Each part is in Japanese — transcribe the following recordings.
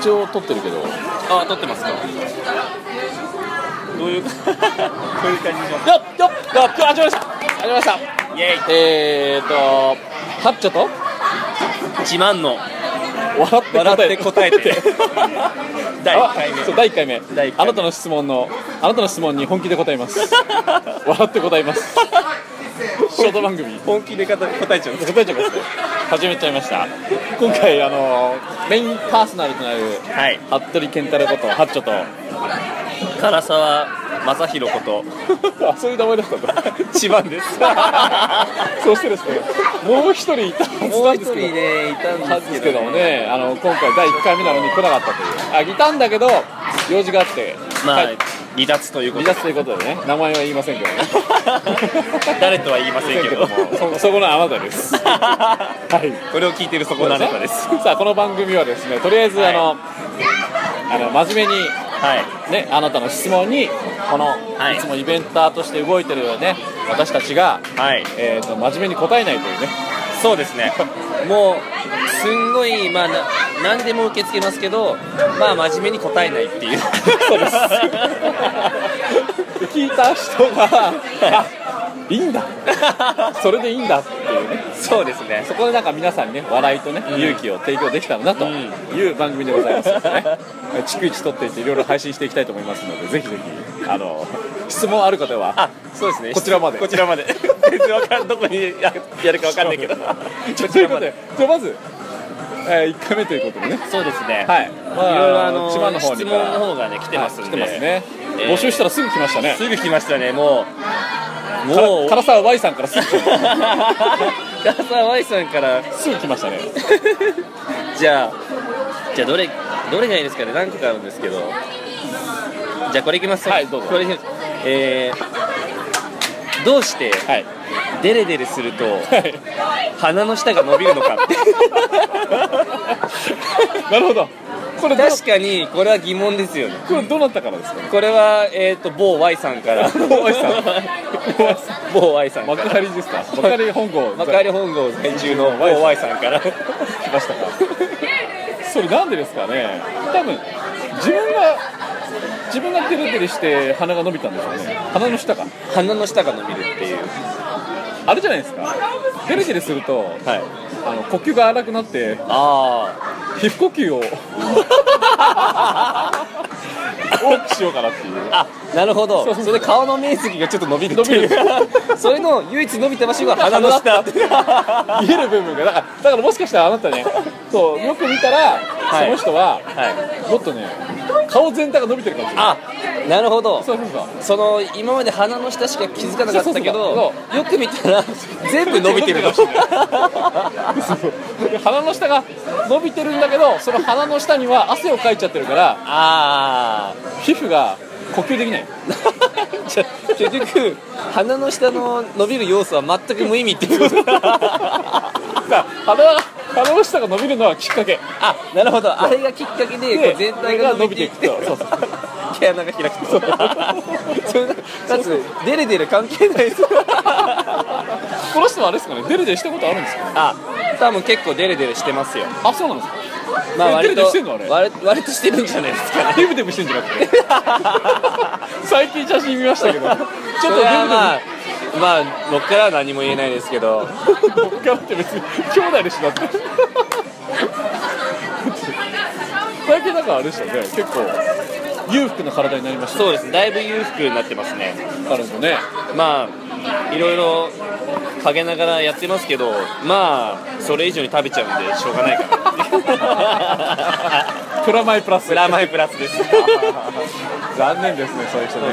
一応撮ってるけどあ撮ってますかどういう どういう感じじゃよっよっよっ始まりました始まりましたイエえーとハッチョとイ自慢の笑って笑って答えて第1回あ目そう第1回目第一回目あなたの質問のあなたの質問に本気で答えます 笑って答えますショート番組本気で答えちゃうんです答えちゃいますね始めちゃいました今回あのメインパーソナルとなるはい服部健太郎ことハッチ ョと唐沢正宏ことあそういう名前だったんだ自慢です そしてですねもう一人いたはずもなうんで一す人けどねいたはんずでですすけけどどももねねあの今回第1回目なのに来なかったというあいたんだけど用事があってまあはい離脱というこ離脱とでということでね名前は言いませんけどね誰とは言いませんけどもそそこのあなたですはい これを聞いてるそこのあなたですさあこの番組はですねとりあえず、はいあのあの真面目にはいねあなたの質問にこの、はいい、つもイベンターとして動いてるね私たちが、はいえー、と真面目に答えないというねそうですねもうすんごいまあな何でも受け付けますけどまあ真面目に答えないって いうそうですで聞いた人があいいん だそれでいいんだっていうねそうですねそこでなんか皆さんにね笑いとね、勇気を提供できたらなという番組でござい ますのでね逐一撮っていっていろいろ配信していきたいと思います のでぜひぜひあの質問ある方はあそうですねこちらまでこちらまで全然わかんどこにややるかわかんないけどちょことちいうらことまででじゃあまず、えー、1回目ということでねそうですねはい、まいろいろあの千葉の方に質問のは方がね来てますいん来てで、ますね、えー募集したらすぐ来ましたねすぐ来ましたねもうからもう唐沢 Y さんからすぐ来まし 唐沢 Y さんからたすぐ来ましたねじゃあじゃあどれどれがいいですかね何個かあるんですけどじゃあこれいきますはいどうぞこれいきますえーどうしてはいデレデレするとはい鼻の下が伸びるの かってなるほどこれどう確かにこれは疑問ですよねこれどうなったからですか これは、えー、と某 Y さんから某 Y さん 某 Y さんか幕ら張ですか幕張本郷幕張本郷在住の某 Y さんから来ましたかそれなんでですかね多分自分が自分がデレデレして鼻が伸びたんでしょうね鼻の下か鼻の下が伸びるっていうあれじゃないですかデレデレするとはいあの呼吸が荒くなってあ皮膚呼 吸を多くしようかな っていうああなるほどそうそれで顔の面積がちょっと伸びるって伸い うそれの唯一伸びた場所が鼻鼻のの下下見える部分がだからだからもしかしたらあなたねそうよく見たら、いその人ははいもっとね顔全体が伸びてるかもしれないあなるほどそうそうそうその今まで鼻の下しか気づかなかったそけうどよく見たら全部伸びてるかもしれない鼻の下が伸びてるんだけどその鼻の下には汗をかいちゃってるから ああ皮膚が呼吸できないじゃあ結局鼻の下の伸びる要素は全く無意味っていうことさ鼻が鼻の下が伸びるのはきっかけあなるほどあれがきっかけででこう全体が伸びていこくとれが伸びていくと 毛穴が開くとそれかつデレデレ関係ないですこの人はあれですかねデレデレしたことあるんですか あ多分結構デレデレしてますよあそうなんですかまあえデレデ割レとしてん のあれ割割としてるんじゃないです かデブデブしてんじゃなくて 最近写真見ましたけどちょっとちデょっブとデブまあまあ僕からは何も言えないですけど 僕からって別に兄弟でしょだって最近なんかあれでしたね結構裕福な体になりましたねそうですねだいぶ裕福になってますね彼女ねまあいろいろ陰ながらやってますけどまあそれ以上に食べちゃうんでしょうがないかなプラマイプラスプラマイプラスです残念ですねそういう人ね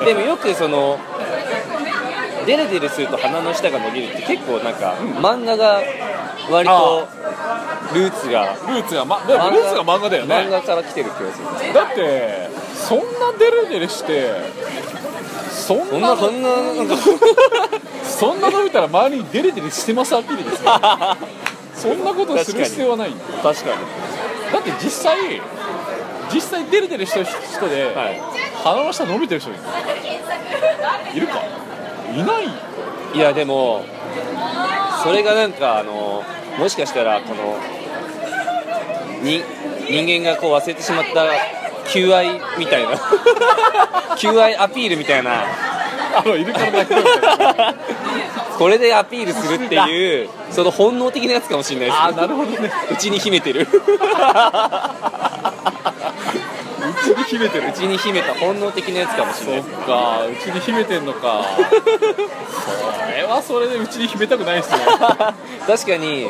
ねでもよくそのデレデレすると鼻の下が伸びるって結構なんか、漫画が割とルーツがルーツが、ま、でもルーツが漫画だよ漫ね画から来てる気がするだってそんなデレデレしてそんそんななそんななんかそんな伸びたら周りにデレデレしてますアピールですよそんなことする必要はないんだよ確かだって実際実際デレデレしてる人で、には鼻の下伸びてる人いるいるかいないいいやでもそれがなんかあのもしかしたらこのに人間がこう忘れてしまった求愛みたいな 求愛アピールみたいなあのイルカの鳴き声みたいなこれでアピールするっていうその本能的なやつかもしれないですあーなるほどねうちに秘めてるうちに秘めてるうちに秘めた本能的なやつかもしれそっないかうでちに秘めてんのかそれはそれでうちに秘めたくないですねす確かにう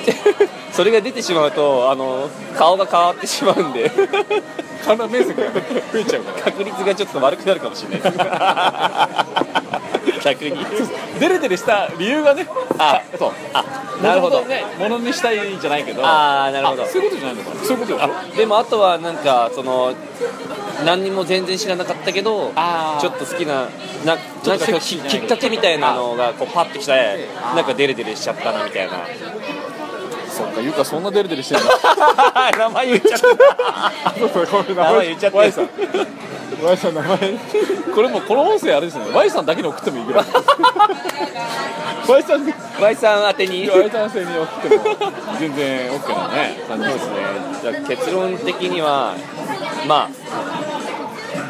ち それが出てしまうとあの顔が変わってしまうんで観覧面積が増えちゃうから確率がちょっと悪くなるかもしれないです逆にデレデレした理由がねあそうあ なるほど元々ねものにしたいんじゃないけどあーなるほどあそういうことじゃないのかなそういうことあでもあとはなんかその何にも全然知らなかったけどあーちょっと好きななちょなっとんかセクシきーじゃないきっかけみたいなのがこうパッときてあーなんかデレデレしちゃったなみたいなそっかゆうかそんなデレデレ してるの名前言っちゃっそたうそうこれ名名前言っちゃって Y さん Y さん名前これもうこの音声あれですね Y さんだけに送ってもいいぐらい Y さんに Y さん宛て に Y さん性に送っても全然 OK なね感じですねじゃあ結論的にはま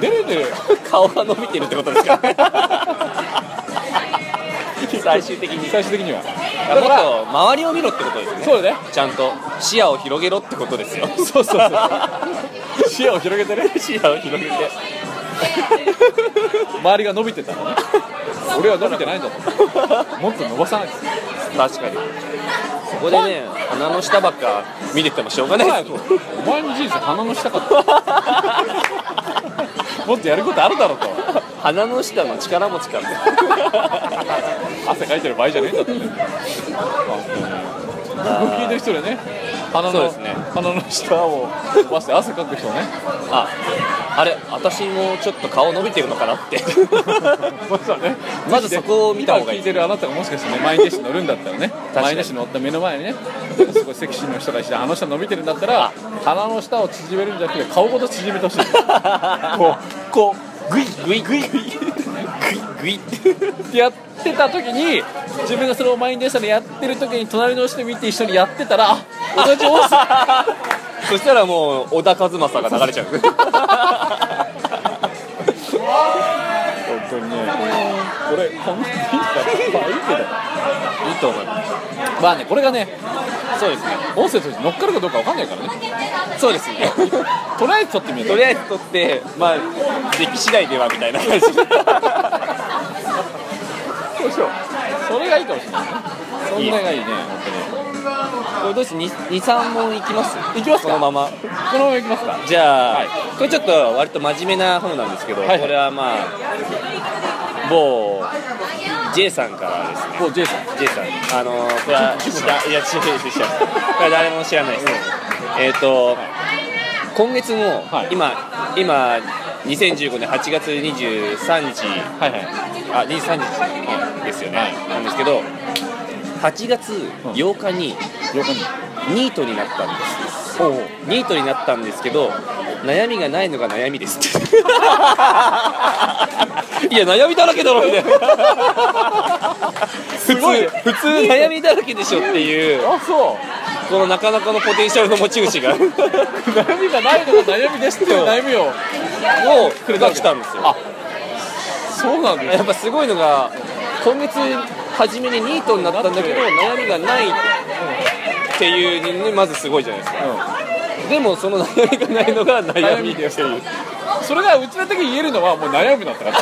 デレデレあ 顔が伸びてるってことですか 最終的に最終的にはもっと周りを見ろってことですねそうだねちゃんと視野を広げろってことですよそう そうそう視野を広げてね 視野を広げて周りが伸びてたのね俺は伸びてないんだもんもっと伸ばさない確かにそこでね鼻の下ばっか見ててもしょうがないですお前の人生鼻の下かったもっとやることあるだろうと鼻の下の力持ちかな汗かいてる場合じゃねえんだってね僕聞いてる人でね鼻そうのですね鼻の下を伸ばして汗かく人ねああれ私もちょっと顔伸びてるのかなってそうしたねまずそこを見た方がい今い聞いてるあなたがもしかしてね毎日乗るんだったらねかに毎日乗った目の前にねすごいセクシーな人がいてあの人伸びてるんだったら鼻の下を縮めるんじゃなくて顔ごと縮めてほしいこうこグイグイグイグイグイグイうやってた時に自分がそれを満員電車でやってる時に隣の人見て一緒にやってたらあ同じ音声そしたらもう小田和正が流れちゃう本当にねこれこの人まあいいけどいいと思いますまあねこれがねそうですね音声として乗っかるかどうかわかんないからねそうですねとりあえず撮ってみよう とりあえず撮ってまあ出来次第ではみたいな感じそうしようそれがいいかもしれないねそんながいいねこれどうして23問いきますいきますかこのままこのままいきますかじゃあ、はいこれちょっと割と真面目な方なんですけど、はいはいこれはまあ某 J さんからですねこう J さん J さんあのーこれは知らいや違う違う違うこれ誰も知らないです、えっ、と今月の、はい今今2015年8月23日はいはいあ23日ですよね、なんですけど8月8日によかにニートになったんですニートになったんですけど悩みがないのが悩みですっていや悩みだらけだろみたいな普通ごいね普通悩みだらけでしょっていうあそうこのなかなかのポテンシャルの持ち主がもう悩みがないのが悩みですっていう悩みをくれた来たんですよあそうなんです やっぱすごいのが今月初めにニートになったんだけど悩みがないっていうのにまずすごいじゃないですかでもその悩みがないのが悩悩みみですっていうそれがうちら的に言えるのはもう悩むな ってなった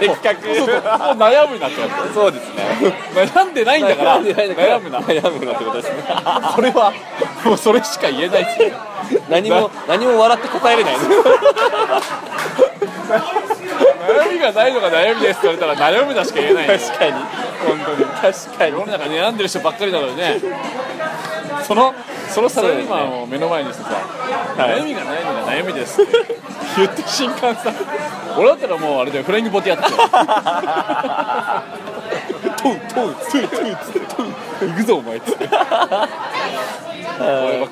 的確そうそうもう悩むなってなった そうですね悩んでないんだから悩悩むむなな悩むなってことですねこれはもうそれしか言えないですよ何も何も笑って答えれないね悩みがないのが悩みですって言われたら悩むなしか言えない確かに本当に確かに世の中悩んでる人ばっかりなのにねそのそのサラリーマンを目の前にしてさ、い悩みがないのが悩みですって言って新刊さ俺だったらもうあれだよフライングボテやってたよトゥトゥトゥトゥトゥトゥ行くぞお前っつってこればっか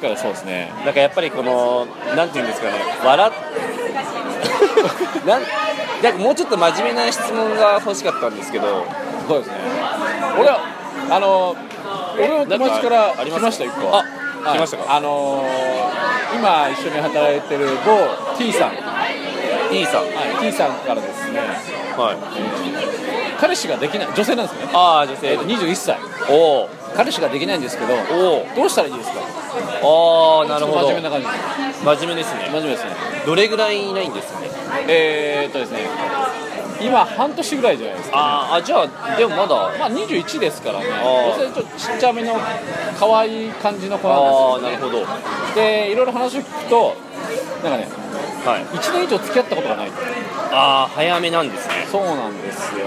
りはそうですねなんかやっぱりこのなんていうんですかね笑っ なんなんかもうちょっと真面目な質問が欲しかったんですけどそうですね俺はあの俺も友達から来ましたよ一個あはい来ましたかあのー今一緒に働いてる某 T さん、は T さんい、T さんからですねはい彼氏ができない女性なんですよねああ女性21歳おー彼氏ができないんですけどおどうしたらいいですかおああなるほど真面目な感じです真面目ですね真面目ですねどれぐらいいないんですかねえー、っとですね今半年ぐらいじゃないですかあーあじゃあでもまだまあ21ですからねあー女性ちょっとちっちゃめの可愛い感じの子あなんあなでするよ、ほどでいろいろ話を聞くとなんかねはい1年以上付き合ったことがないああ早めなんですねそうなんですよ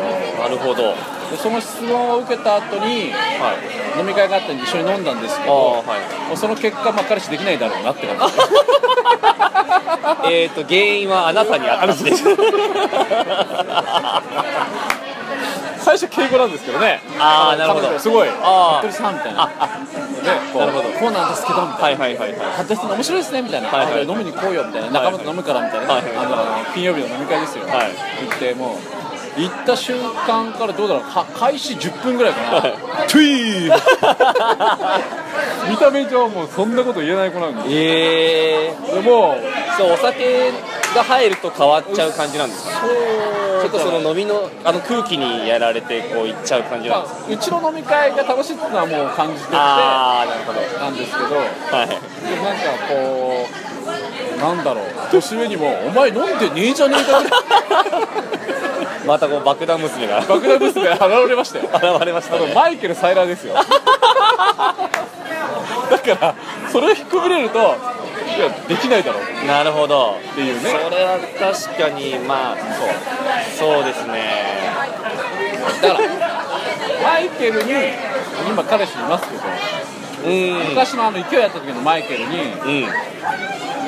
なるほどはいでその質問を受けた後に飲み会があったんで一緒に飲んだんですけああどはいもうその結果、まあ、彼氏できないだろうなって感じえっと原因はあなたにあったんです 最初敬語なんですけどねあーなるほど彼女すごいあ服ー部さんみたいなああでこうなるほどこうなんですけどみたいなはいはいはいはい発達するの面白いですねみたいな、はいはいあじゃあ飲みに行こうよみたいな、仲間と飲むからみたいな、はいはあの金曜日の飲み会ですよ、はい行って、もう行った瞬間からどうだろう、か開始10分ぐらいかな、トゥイー見た目上、もうそんなこと言えない子なんで、ええでもそうお酒が入ると変わっちゃう感じなんですかちちょっとその飲みのあの空気にやられてこういっちゃう感じなまんですかあ、うちの飲み会が楽しいっていうのはもう感じててなああなるほどんですけど、でもはいなんかこう、なんだろう、年上にも、お前飲んでねえじゃねえかぐらい、またこう爆弾娘が 爆弾娘現れましたよ。現れましたあのねマイケル・サイラーですよだからそれを引っ込めれるといやできないだろうっなるほどていうそれねは確かにまあそうそうですねだからマイケルに今彼氏いますけどうん昔のあの勢いやった時のマイケルにうん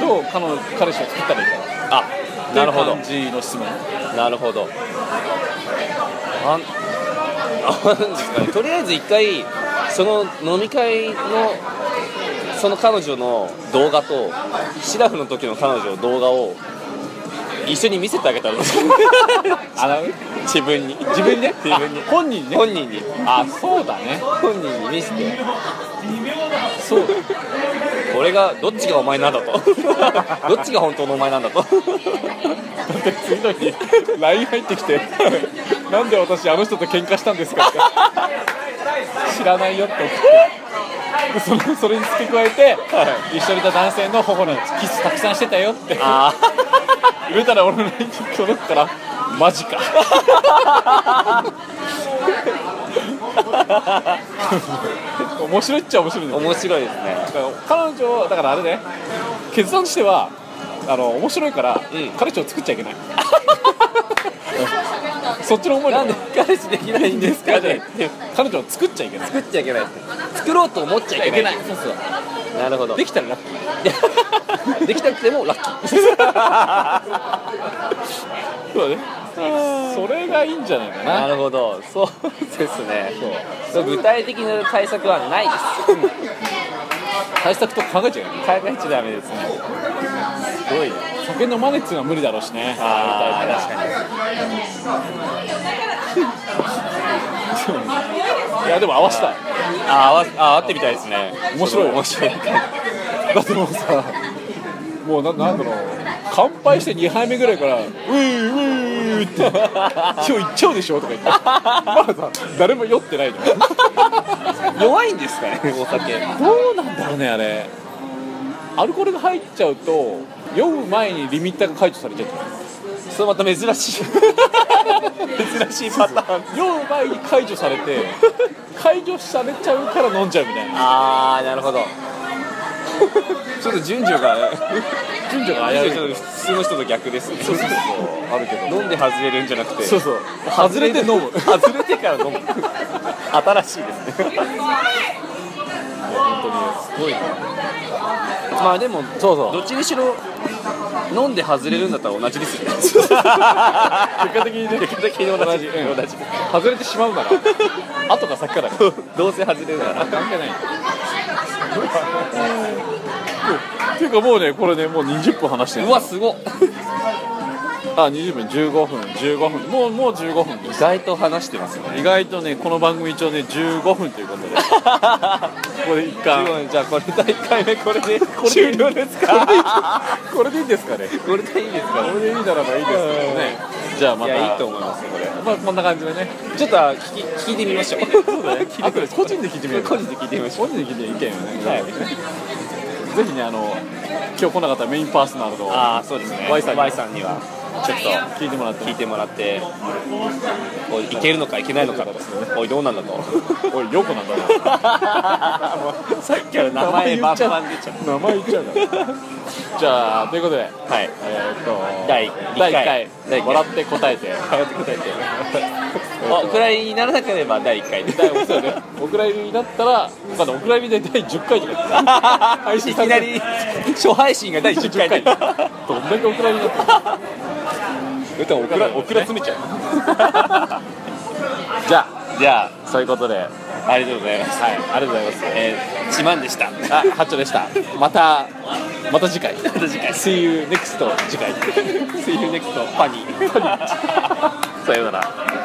どう彼女彼氏を作ったらいいかっあていなるうほど感じの質問なるほどあんあなんですかねとりあえず一回その飲み会のその彼女の動画とシラフの時の彼女の動画を一緒に見せてあげたらどうですかあの 自分に自分で自分にあ本人ね本人にあそうだね本人に見せてそうこれがどっちがお前なんだと どっちが本当のお前なんだとだって次の日 LINE 入ってき て「なんで私あの人と喧嘩したんですか?」って知らないよって送ってでそのそれに付け加えて、一緒にいた男性の頬のキスたくさんしてたよってあ入れたら俺の LINE に届くからマジか面白いっちゃ面白いねあ面白いですね彼女をだからあれね決断としてはあの面白いから、うん彼女を作っちゃいけないそっちの思いなんで彼氏できないんですかね彼女を作っちゃい けない作っちゃいけない作ろうと思っちゃいけないそうそうなるほどできたらラッキ できなくてもラッキー ーそうだねそれがいいんじゃないかななるほどそうですねそうそう具体的な対策はないです対策とか考えちゃいけない考えちゃダメですねすごいね酒飲まねえっていうのは無理だろうしねあ確かいやでも合わせたいにあ合わあ会ってみたいですね面白いよ面白いだってもうさもうななんだろう乾杯して2杯目ぐらいから「ういういう」って「今日行っちゃうでしょ」とか言ってまださ誰も酔ってないのよ弱いんですかねお酒どうなんだろうねあれアルコールが入っちゃうと酔う前にリミッターが解除されちゃうそれまた珍しい珍しいパターン酔う前に解除されて解除されちゃうから飲んじゃうみたいなああなるほどちょっと順序が順序があ危いやういちょっと普通の人と逆ですねそうそうそうあるけど飲んで外れるんじゃなくてそうそう外れて飲む外れてから飲む新しいですね本当にすごいなまあでもそうそうどっちにしろ飲んで外れるんだったら同じですよね結果的にね結果的に同じうん同じ外れてしまうなら後が先からどうせ外れるなら関係ないっていうかもうねこれねもう20分話してるうわすごっあ20分15分15分もうもう15分で意す外と話してますね意外とねこの番組一応ね15分ということ でこれ一15貫分じゃあこれ第1回目これで終了ですこれでいいかこれでいいんですかねこれでいいですこかれでいいならばいいですけどねじゃあまいたやいいと思いますねこれまあこんな感じでねちょっと聞き聞いてみましょうそうだねあとで個人で聞いてみよう個人で聞いてみましょ個人で聞いて意見をね、はいぜひねあの今日来なかったメインパーソナルのああそうですね Y さんに Y さんにはちょっと聞いてもらって聞いてもらって、おいいけるのかいけないのかと、おい、どうなんだと、 おいよくなんだなさっきから名前バンバン出ちゃう。名前言っちゃうからじゃあということではい、えーっと第一第一回第一回回笑って答えて おくらいにならなければ第1回で、 第5回ねお蔵入りになったら、まあね、お蔵入りで第10回とか いきなり初配信が第10回で、 どんだけお蔵入りになった歌おお蔵お蔵詰めちゃう じゃあじゃそういうことではいあ、ありがとうございます。ありがとうございますえー、自慢でした。 あ、ハッチョでした。また、また次回。また次回 See you next 次回。See you next パニー。 さようなら。